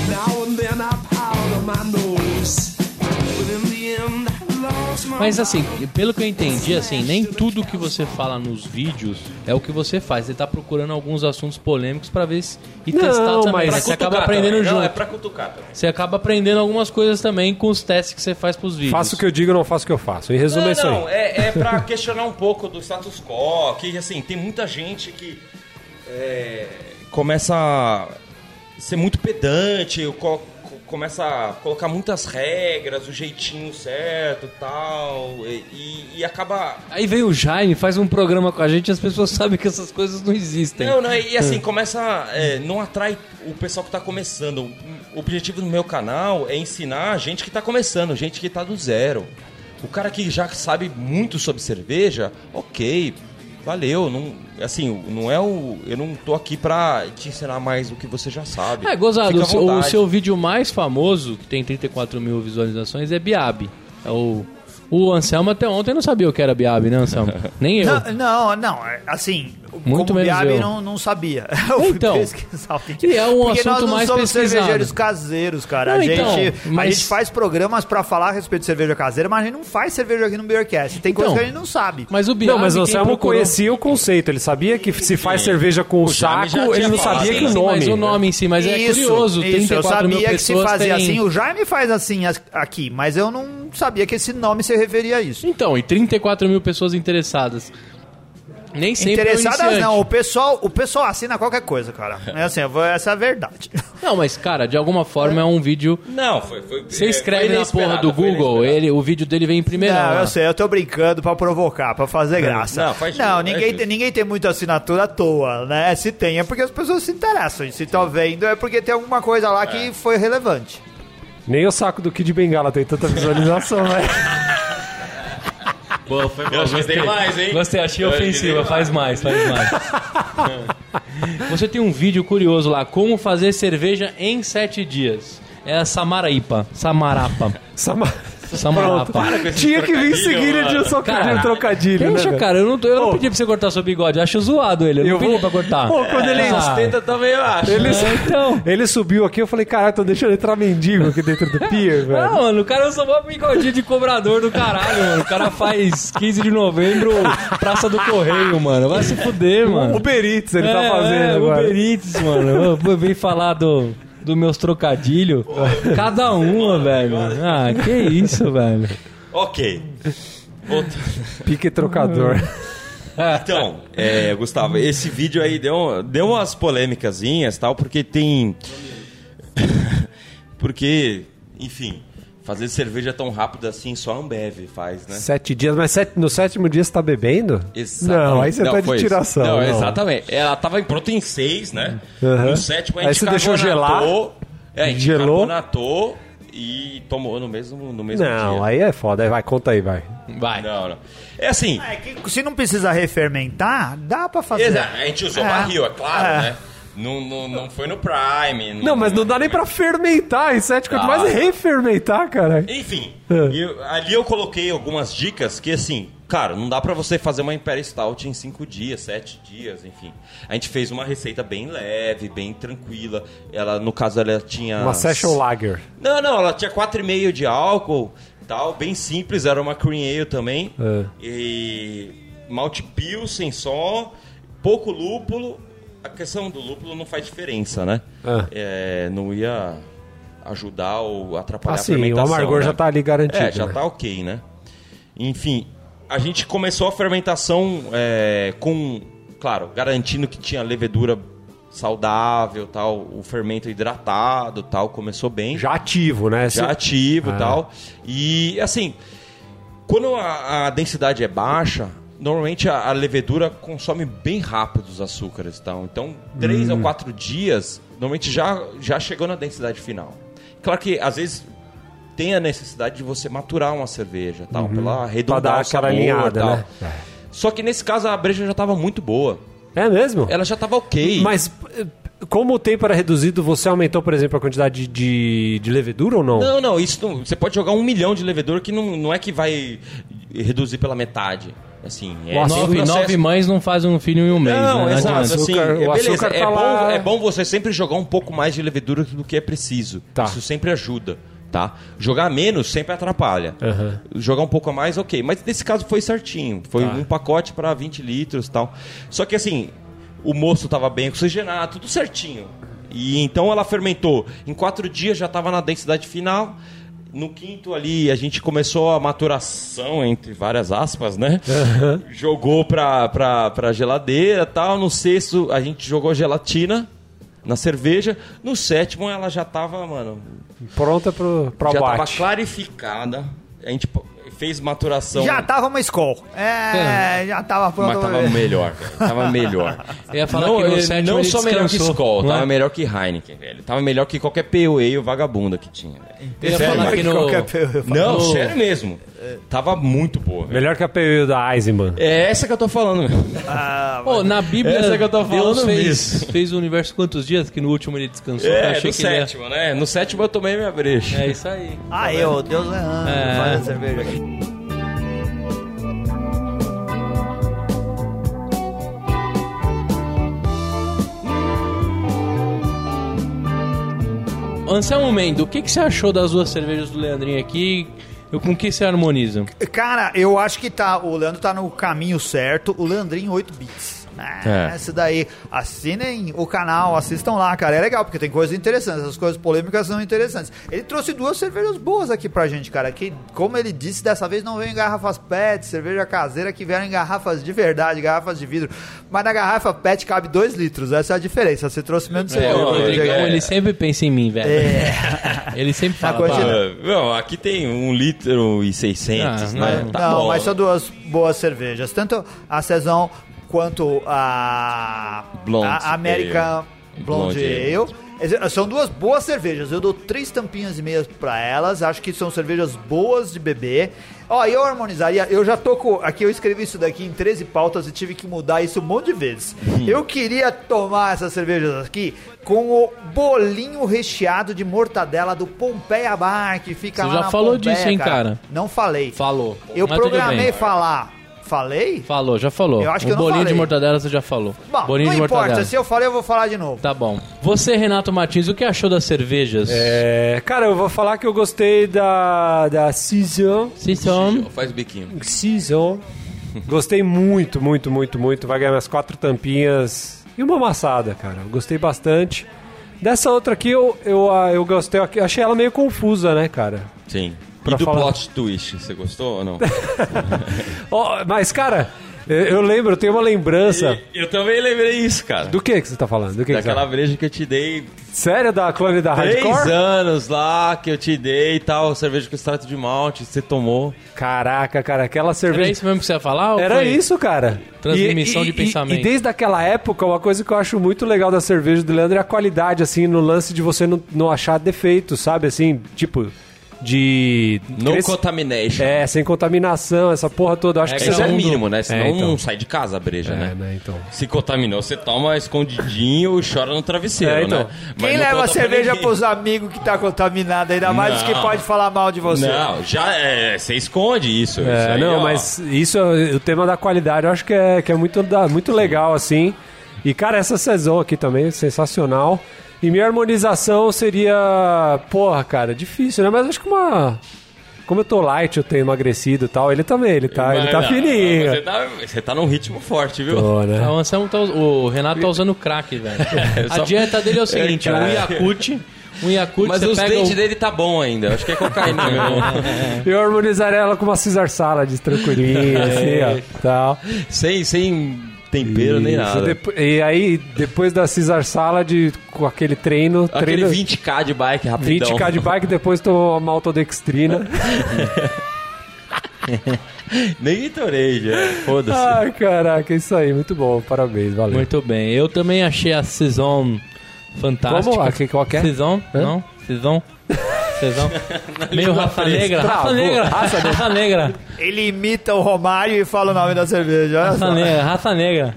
Now and then I powder my nose. But in the end, I lost my Mas assim, pelo que eu entendi, assim, nem tudo que você fala nos vídeos é o que você faz. Você tá procurando alguns assuntos polêmicos pra ver se e Não, testar também. mas- é Mas você Cutucar acaba aprendendo também. junto. Não, é pra cutucar também. Você acaba aprendendo algumas coisas também com os testes que você faz pros vídeos. Faço o que eu digo, não faço o que eu faço. Em resumo, é isso Não, aí. não, é, é pra questionar um pouco do status quo, que assim, tem muita gente que é, começa a ser muito pedante, co- co- começa a colocar muitas regras, o jeitinho certo tal, e, e- e acaba... Aí vem o Jaime, faz um programa com a gente e as pessoas sabem que essas coisas não existem. Não, não, e assim, começa. é, não atrai o pessoal que tá começando. O objetivo do meu canal é ensinar a gente que tá começando, gente que tá do zero. O cara que já sabe muito sobre cerveja, ok, valeu. Não, assim, não é o. Eu não tô aqui pra te ensinar mais o que você já sabe. É, gozado, Fica o à seu, o vontade. seu vídeo mais famoso, que tem 34 mil visualizações, é Biab. É o, o Anselmo até ontem não sabia o que era Biab, né, Anselmo? Nem eu. Não, não, não, é, assim, Muito como menos o Biabi eu. não, não sabia. Eu fui Então, pesquisar o que e é um Porque assunto nós não mais somos pesquisado. cervejeiros caseiros, cara. Não, a, gente, então, a mas- gente faz programas pra falar a respeito de cerveja caseira, mas a gente não faz cerveja aqui no Beercast. Tem coisa Então. que a gente não sabe. Mas o Biab. Não, mas o quem Anselmo procurou- conhecia o conceito. Ele sabia que se faz cerveja com o Jaime já saco, tinha ele não falado, sabia né? que o Sim, nome. mas o nome em si, mas é curioso. isso, 34 eu sabia mil que pessoas se fazia têm- assim. O Jaime faz assim as- aqui, mas eu não sabia que esse nome se referia a isso. Então, e 34 mil pessoas interessadas. Nem sempre é o Interessadas iniciante. não, o pessoal, o pessoal assina qualquer coisa, cara. É assim, eu vou- essa é a verdade. Não, mas cara, de alguma forma é um vídeo. Não, foi. foi Você é, escreve foi na porra inesperado, do foi Google, inesperado. ele, o vídeo dele vem em primeiro. Não, lá. eu sei, eu tô brincando pra provocar, pra fazer graça. não, faz Não, justo, faz ninguém, justo. ninguém tem muita assinatura à toa, né? Se tem é porque as pessoas se interessam. E se estão vendo é porque tem alguma coisa lá É. que foi relevante. Nem o saco do Kid Bengala tem tanta visualização, né? Boa, foi boa. gostei mais, hein? Gostei, achei Eu ofensiva. gostei Faz mais, faz mais. Você tem um vídeo curioso lá, como fazer cerveja em 7 dias. É a Samaraípa, Samarapa, Sama- Samarapa. Tinha que vir seguir ele de um só Cara, um trocadilho, Deixa, né? cara, eu não, tô- eu não Ô. pedi pra você cortar seu bigode, eu acho zoado ele, eu, não pedi pra cortar. Pô, quando ele, Ah. Tenta também, eu acho. ele, É, então. ele subiu aqui, eu falei, caralho, tô deixando entrar mendigo aqui dentro do pier, Não, velho. mano, o cara só bota bigodinho de cobrador do caralho, mano. O cara faz 15 de novembro, Praça do Correio, mano. Vai se fuder, mano. Uber Eats ele tá É, fazendo é, agora. Uber Eats, mano. Eu vim falar do, do meus trocadilhos. Cada uma, velho. Ah, que isso, velho. Ok. Voltando. Pique trocador. Então, é, Gustavo, esse vídeo aí deu, deu umas polêmicazinhas tal, porque tem. porque, enfim, fazer cerveja tão rápido assim só a Ambev faz, né? Sete dias, mas sete- no sétimo dia você tá bebendo? Não, aí você tá de foi isso. tiração. Não, não. exatamente. Ela tava em pronto em seis, né? Uhum. No sétimo a Aí gente você deixou gelar? carbonatou. É, a gente Gelou? carbonatou e tomou no mesmo, no mesmo dia. Não, aí é foda. Aí vai, conta aí, vai. Vai. Não, não. É assim. É que se não precisa refermentar, dá pra fazer. Exato, a gente usou É. barril, é claro, É. né? Não, não, não foi no Prime. Não, mas não dá nem pra fermentar em sete, quanto Dá. mais refermentar, cara. Enfim, É. eu- ali eu coloquei algumas dicas que, assim, cara, não dá pra você fazer uma Imperial Stout em 5 dias, 7 dias, enfim. A gente fez uma receita bem leve, bem tranquila. Ela, no caso, ela tinha... Uma session lager. Não, não, ela tinha 4,5 de álcool, tal, bem simples, era uma cream ale também. É. E malte pilsen só, pouco lúpulo. A questão do lúpulo não faz diferença, né? É, não ia ajudar ou atrapalhar a Assim, o fermentação. amargor né? já tá ali garantido. É, já né? tá ok, né? Enfim, a gente começou a fermentação é, com, claro, garantindo que tinha levedura saudável, tal, o fermento hidratado, tal, começou bem Já ativo, né? já Esse- ativo e Ah. tal. E assim, quando a, a densidade é baixa, normalmente a, a levedura consome bem rápido os açúcares. Tal. Então, três Hum. ou quatro dias, normalmente já, já chegou na densidade final. Claro que às vezes tem a necessidade de você maturar uma cerveja, tal, Uhum. pela Pra redondar dar aquela o um sabor, um- alinhada, tal. né? Só que nesse caso a breja já estava muito boa. É mesmo? assim. Ela já estava ok. Mas eh, como o tempo era reduzido, você aumentou, por exemplo, a quantidade de, de levedura ou não? Não, não, isso não- você pode jogar um milhão de levedor que não, não é que vai reduzir pela metade. Assim, é Nossa, tem um Nove, processo- nove mães não fazem um filho em um mês, Não, né? exato. adianta. assim, açúcar- é, o beleza, açúcar é, tá bom, lá. é bom você sempre jogar um pouco mais de levedura do que é preciso. Tá. Isso sempre ajuda, tá? Jogar menos sempre atrapalha. Aham. Tá. Jogar um pouco a mais, ok. Mas nesse caso foi certinho. Foi um pacote para 20 litros e tal. Só que assim, o moço tava bem oxigenado, tudo certinho. E então ela fermentou. Em quatro dias já estava na densidade final. No quinto ali, a gente começou a maturação, entre várias aspas, né? Jogou pra, pra, pra geladeira tal. No sexto, a gente jogou gelatina na cerveja. No sétimo, ela já tava, mano, Pronta pro, pro já tava abate. clarificada. A gente pô- fez maturação. Já tava uma escola. É, já tava pronto. Mas tava melhor, velho. Tava melhor. Eu ia falar não que no ele- sétimo não ele só melhor que tá? descansou, Skol, não é? tava melhor que Heineken, velho. Tava melhor que qualquer POE vagabunda que tinha, velho. Eu ia Sério, falar mano. que no- é Qualquer pessoa. Não, no- sério mesmo. Eh, Tava muito boa, velho. Melhor que a PU da Eisenbahn. É essa que eu tô falando, meu. Ah, Pô, na Bíblia, Essa que eu tô Deus falando fez, mesmo. fez o universo quantos dias? Que no último ele descansou. eu É, achei no que ele ia- sétimo, né? No sétimo eu tomei minha brecha. É isso aí. ah, eu, Deus é anjo, É. faz a cerveja. Anselmo Mendo, o que, que você achou das duas cervejas do Leandrinho aqui? Eu- Com que você harmoniza? Cara, eu acho que tá. O Leandro tá no caminho certo. O Leandrinho 8 bits. Ah, É. Isso daí. Assinem o canal, assistam lá, cara. É legal, porque tem coisas interessantes. Essas coisas polêmicas são interessantes. Ele trouxe duas cervejas boas aqui pra gente, cara. Que, como ele disse, dessa vez não veio em garrafas PET, cerveja caseira que vieram em garrafas de verdade, garrafas de vidro. Mas na garrafa PET cabe 2 litros. Essa é a diferença. Você trouxe menos É, o eu- Rodrigão, é. ele sempre pensa em mim, velho. Ele sempre fala. É. coisa- "Pá, Ah, Não, aqui tem um litro e 600, Ah, né? não. Tá não, bom. mas são duas boas cervejas. Tanto a Saison quanto a, Blonde a American Ale. Blonde, Blonde Ale. Ale. Ex- São duas boas cervejas. Eu dou três tampinhas e meias pra elas. Acho que são cervejas boas de beber. Ó, eu harmonizaria. Eu já tô com. Aqui eu escrevi isso daqui em 13 pautas e tive que mudar isso um monte de vezes. Uhum. Eu queria tomar essas cervejas aqui com o bolinho recheado de mortadela do Pompeia Bar, que fica Você lá já na falou Pompeia, disso, hein, cara? Não falei. Falou. Eu Mas tudo programei bem. falar. Falei? Falou, já falou. Eu acho que o eu não bolinho falei. de mortadela você já falou. Bom, bolinho não de importa. mortadela. Se eu falei, eu vou falar de novo. Tá bom. Você, Renato Martins, o que achou das cervejas? É, cara, eu vou falar que eu gostei da, da Season. Se são... Faz o biquinho. Season. Gostei muito, muito, muito, muito. Vai ganhar minhas quatro tampinhas e uma amassada, cara. Eu gostei bastante. Dessa outra aqui, eu, eu, ah, eu gostei. aqui- Achei ela meio confusa, né, cara? Sim. Pra e do falar- plot twist, você gostou ou não? Ó, mas, cara, eu, eu lembro, eu tenho uma lembrança. E- eu também lembrei isso, cara. Do que que você tá falando? Do que que você tá Daquela breja que eu te dei Sério, da clone da Três Hardcore? anos lá que eu te dei e tal, cerveja com extrato de malte, você tomou. Caraca, cara, aquela cerveja. Era isso mesmo que você ia falar? ou Era foi- isso, cara. Transmissão E- e- de pensamento. E, e desde aquela época, uma coisa que eu acho muito legal da cerveja do Leandro é a qualidade, assim, no lance de você não, não achar defeito, sabe? Assim, tipo, de. No Cres- contamination. É, sem contaminação, essa porra toda. Eu acho É, que que isso todo é mundo- mínimo, né? Senão É, então. não sai de casa a breja, É, né? né? Então. Se contaminou, você toma escondidinho e chora no travesseiro, É, então. né? Quem não leva conta pra cerveja ninguém. pros amigos que tá contaminado, ainda mais os que Não. pode falar mal de você. Não, já é, você esconde isso. isso É, aí, não, ó. mas isso, é- o tema da qualidade, eu acho que é, que é muito, da- muito legal, assim. E, cara, essa sessão aqui também, é sensacional. E minha harmonização seria. Porra, cara, difícil, né? Mas acho que uma. Como eu tô light, eu tenho emagrecido e tal, ele também, ele tá, ele Mas tá não, fininho. Você tá, você tá num ritmo forte, viu? Tô, Ah, né? O, Anselmo tá us- o Renato tá usando crack, velho. A só- dieta dele é o seguinte: É, um cara. Yakut, um Yakut, Mas você os pega dentes o... dele tá bom ainda. Acho que é cocaína mesmo. Eu harmonizaria ela com uma Caesar Salad tranquilinha, assim, ó. Tal. sem, sem tempero É. nem Isso, nada. depo- E aí, depois da Caesar Salad, com aquele treino. Aquele treino 20k de bike rapidão. 20k de bike, depois tomou uma maltodextrina. Nem Gatorade, é. Foda-se. Ai, Ah, caraca, isso aí, muito bom, parabéns, valeu. Muito bem. Eu também achei a Saison fantástica. Vamos lá, que, qual que é? Saison? Hã? Não? Saison? Saison? Meio Rafa fresca. Negra. Rafa Travou. Negra. Rafa Negra. Ele imita o Romário e fala o nome da cerveja. olha só. Raça negra, raça negra.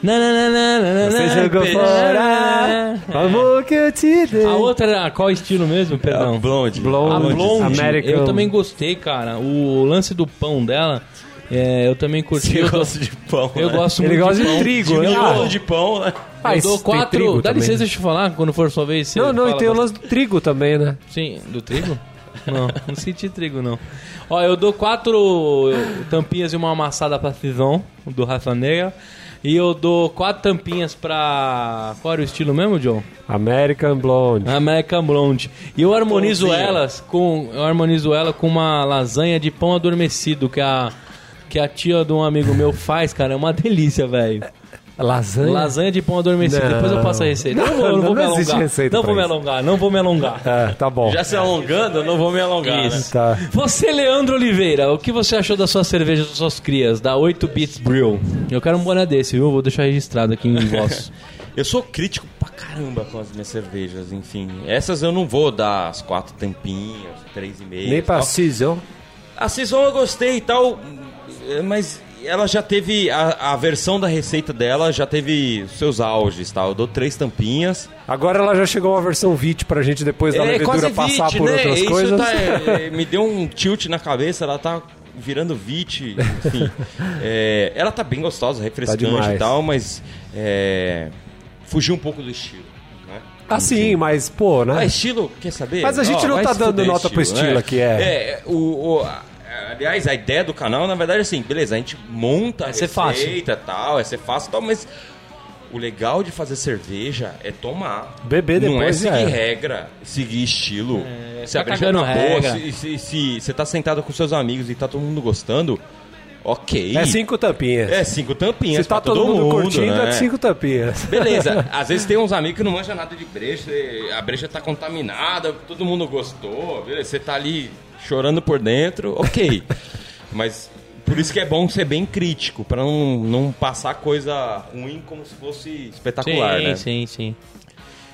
Nananana, Você jogou peixe. fora. Amor que eu te dei. A outra era qual estilo mesmo, perdão? Ah, A É um Blonde. A Blonde. Blonde, American. eu também gostei, cara. O lance do pão dela, é, eu também curti. Você eu dou- gosta de pão, eu né? gosto Ele muito gosta de pão. trigo, né? de Ah, bolo de pão, né? ah, Eu isso dou tem quatro. trigo Dá também. né? licença, deixa eu falar, quando for sua vez. você Não, não, e fala tem o bastante. lance do trigo também, né? Sim, do trigo? Não, não senti trigo, não. Ó, eu dou quatro tampinhas e uma amassada pra Cisão, do Raça Negra. E eu dou quatro tampinhas pra. Qual era o estilo mesmo, John? American Blonde. American Blonde. E eu harmonizo Pãozinho. elas com. Eu harmonizo ela com uma lasanha de pão adormecido que a. Que a tia de um amigo meu faz, cara, é uma delícia, velho. Lasanha. Lasanha de pão adormecido. É. Não. Depois eu passo a receita. Não, Não, vou, eu não vou não me existe alongar. receita não vou me pra isso. alongar, não vou me alongar. É, tá bom. Já se alongando, eu não vou me alongar, né? Isso. Tá. Você, Leandro Oliveira, o que você achou das suas cervejas das suas crias, da 8 Bits Brew? Eu quero um boné desse, viu? Vou deixar registrado aqui em voz. Eu sou crítico pra caramba com as minhas cervejas, enfim. Essas eu não vou dar as quatro tampinhas, três e meio. Nem pra tal. Season. A Saison eu gostei e tal, eh, mas ela já teve. A, a versão da receita dela já teve seus auges tal. Eu dou três tampinhas. Agora ela já chegou uma versão 20 pra gente depois É, da levedura passar vit, por outras Isso coisas. tá, eh, eh, me deu um tilt na cabeça, ela tá virando vit, enfim. Eh, ela tá bem gostosa, refrescante demais. e tal, mas eh, fugiu um pouco do estilo. né? Ah, sim, mas, pô, né? Ah, estilo, quer saber? Mas a gente não vai tá se dando fuder, nota pro estilo né? aqui, é. É, o, o- a- aliás, a ideia do canal, na verdade, é assim, beleza, a gente monta a ser receita e tal, é ser fácil e tal, mas o legal de fazer cerveja é tomar. Beber Não é depois, seguir é. regra, seguir estilo. se tá a breja cagando tá boa, regra. se, se, se você tá sentado com seus amigos e tá todo mundo gostando, ok. É cinco tampinhas. É cinco tampinhas Se tá pra todo mundo, curtindo, né? é cinco tampinhas. Beleza, às vezes tem uns amigos que não manjam nada de breja, e a breja tá contaminada, todo mundo gostou, beleza, você tá ali chorando por dentro, ok. Mas por isso que é bom ser bem crítico, pra não, não passar coisa ruim como se fosse espetacular, sim, né? sim, sim.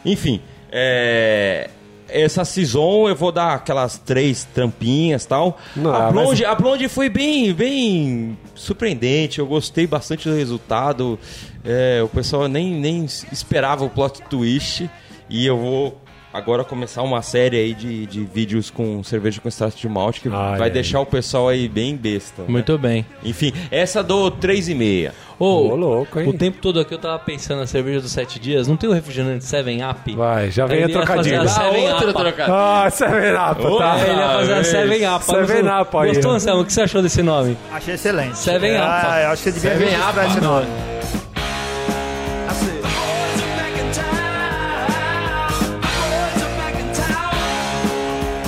Enfim, é, Essa Saison eu vou dar aquelas três tampinhas e tal. Não, mas- a, Blonde, a Blonde foi bem, bem surpreendente. Eu gostei bastante do resultado. É, o pessoal nem, nem esperava o plot twist. E eu vou agora começar uma série aí de, de vídeos com cerveja com extrato de malte que Ai, vai ai. deixar o pessoal aí bem besta. né? Muito bem. Enfim, essa dou 3,5. Ô, Ô, louco, hein? o tempo todo aqui eu tava pensando na cerveja dos sete dias. Não tem o refrigerante 7-Up? Vai, já vem Ele a ia fazer trocadilha. a Ah, Seven outra Up. Ah, trocadilha. Ah, Severapa, tá? Ele ia fazer a 7-Up. Seven Up aí. Gostou, Anselmo? O que você achou desse nome? Achei excelente. Seven Up. Ah, eu acho que você devia Seven registrar Up. esse nome. Boys are back in town.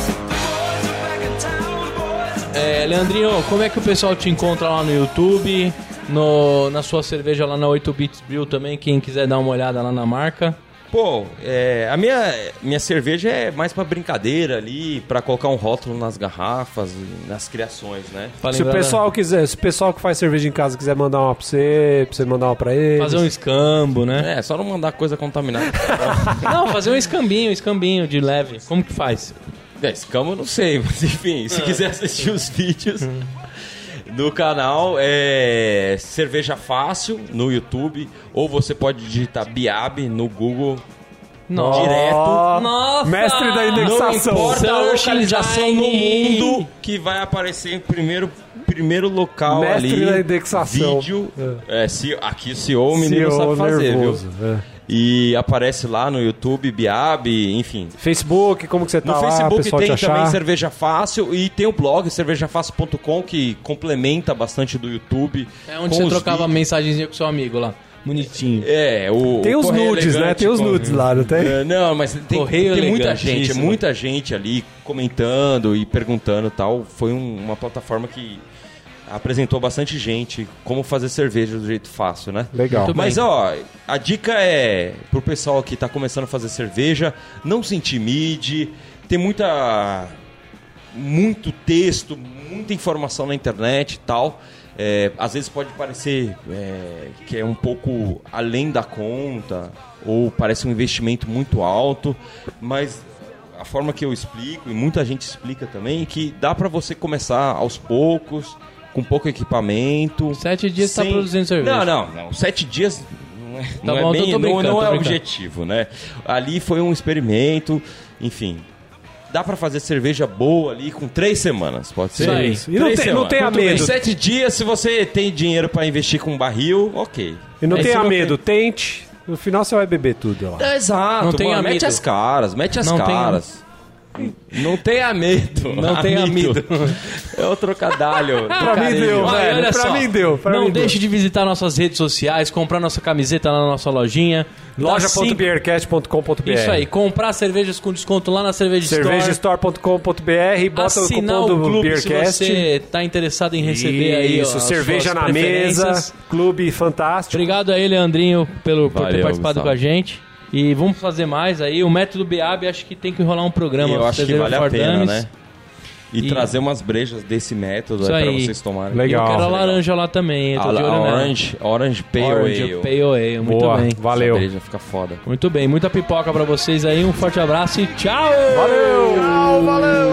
The boys are back in town. The boys are back in town. The boys are É, Leandrinho, como é que o pessoal te encontra lá no YouTube? No, na sua cerveja lá na 8 Bits Brew também, quem quiser dar uma olhada lá na marca. Pô, é, a minha, minha cerveja é mais pra brincadeira ali, pra colocar um rótulo nas garrafas, nas criações, né? Pra Se o lembrar, né? pessoal quiser, se o pessoal que faz cerveja em casa quiser mandar uma pra você, pra você mandar uma pra ele. Fazer um escambo, né? É, só não mandar coisa contaminada. Não, fazer um escambinho, escambinho de leve. Como que faz? é, escama eu não sei, mas enfim, se quiser assistir os vídeos do canal, é Cerveja Fácil no YouTube, ou você pode digitar Biab no Google. Nossa. Direto. Nossa! Mestre da Não indexação. importa a Search localização no engine. mundo que vai aparecer em primeiro, primeiro local Mestre ali. da indexação. Vídeo. É, se, aqui o CEO, o menino sabe fazer, viu? é. E aparece lá no YouTube, Biab, enfim. Facebook, como que você tá No lá, o Facebook pessoal tem te achar? também Cerveja Fácil e tem o blog cervejafácil.com que complementa bastante do YouTube. É onde com você os trocava vídeos. mensagenzinha com seu amigo lá. Bonitinho. É, o Tem o os Correio nudes, né? Elegante, Tem os com- nudes lá, não tem? É, não, mas tem, Correio né? tem muita elegantíssimo. gente, é muita gente ali comentando e perguntando e tal. Foi um- uma plataforma que apresentou bastante gente como fazer cerveja do jeito fácil, né? Legal. Muito- Mas bem. ó, a dica é pro pessoal que tá começando a fazer cerveja, não se intimide, tem muita muito texto, muita informação na internet e tal. É, às vezes pode parecer é, que é um pouco além da conta, ou parece um investimento muito alto, mas a forma que eu explico, e muita gente explica também, é que dá pra você começar aos poucos, com pouco equipamento. Sete dias tá produzindo cerveja. Não, não, não. Sete dias não é, Tá não bom, é, tô- bem, tô brincando, não, não tô é brincando. objetivo, né? Ali foi um experimento, enfim. Dá pra fazer cerveja boa ali com três semanas, pode ser? Isso aí. Três E não tem- não semanas. tenha Muito bem. medo. Sete dias, se você tem dinheiro pra investir com um barril, ok. E não Aí tenha você medo, tente. No final você vai beber tudo lá. É, exato, Não tenha mano, mete medo. as caras, mete as Não tenha- caras. Não tenha medo. Não tenha medo. É o trocadalho. Pra mim deu, Olha, velho. Ah, olha pra só. mim deu. Pra não mim deixe de visitar nossas redes sociais, comprar nossa camiseta lá na nossa lojinha. deu. Dá cinco- Loja.beercast.com.br Isso aí, comprar cervejas com desconto lá na Cerveja, Store. Cervejastore.com.br, bota o Assinar cupom o do clube se Beercast. você tá interessado em receber aí Isso, ó, as cerveja suas na preferências. mesa, clube fantástico. Obrigado aí, Leandrinho, pelo, por ter Valeu, participado Gustavo. com a gente. E vamos fazer mais aí. O método BEAB acho que tem que enrolar um programa. Eu acho que Cerveja vale a pena, Fordames. né? E, E- trazer umas brejas desse método Isso aí pra aí. vocês tomarem. E eu Legal. quero a laranja lá também, hein? A, Tô de a olho nela. orange, orange Pale Orange Ale. Pale Ale, muito Boa, bem. valeu. Essa breja fica foda. Muito bem, muita pipoca pra vocês aí. Um forte abraço e tchau! Tchau, valeu!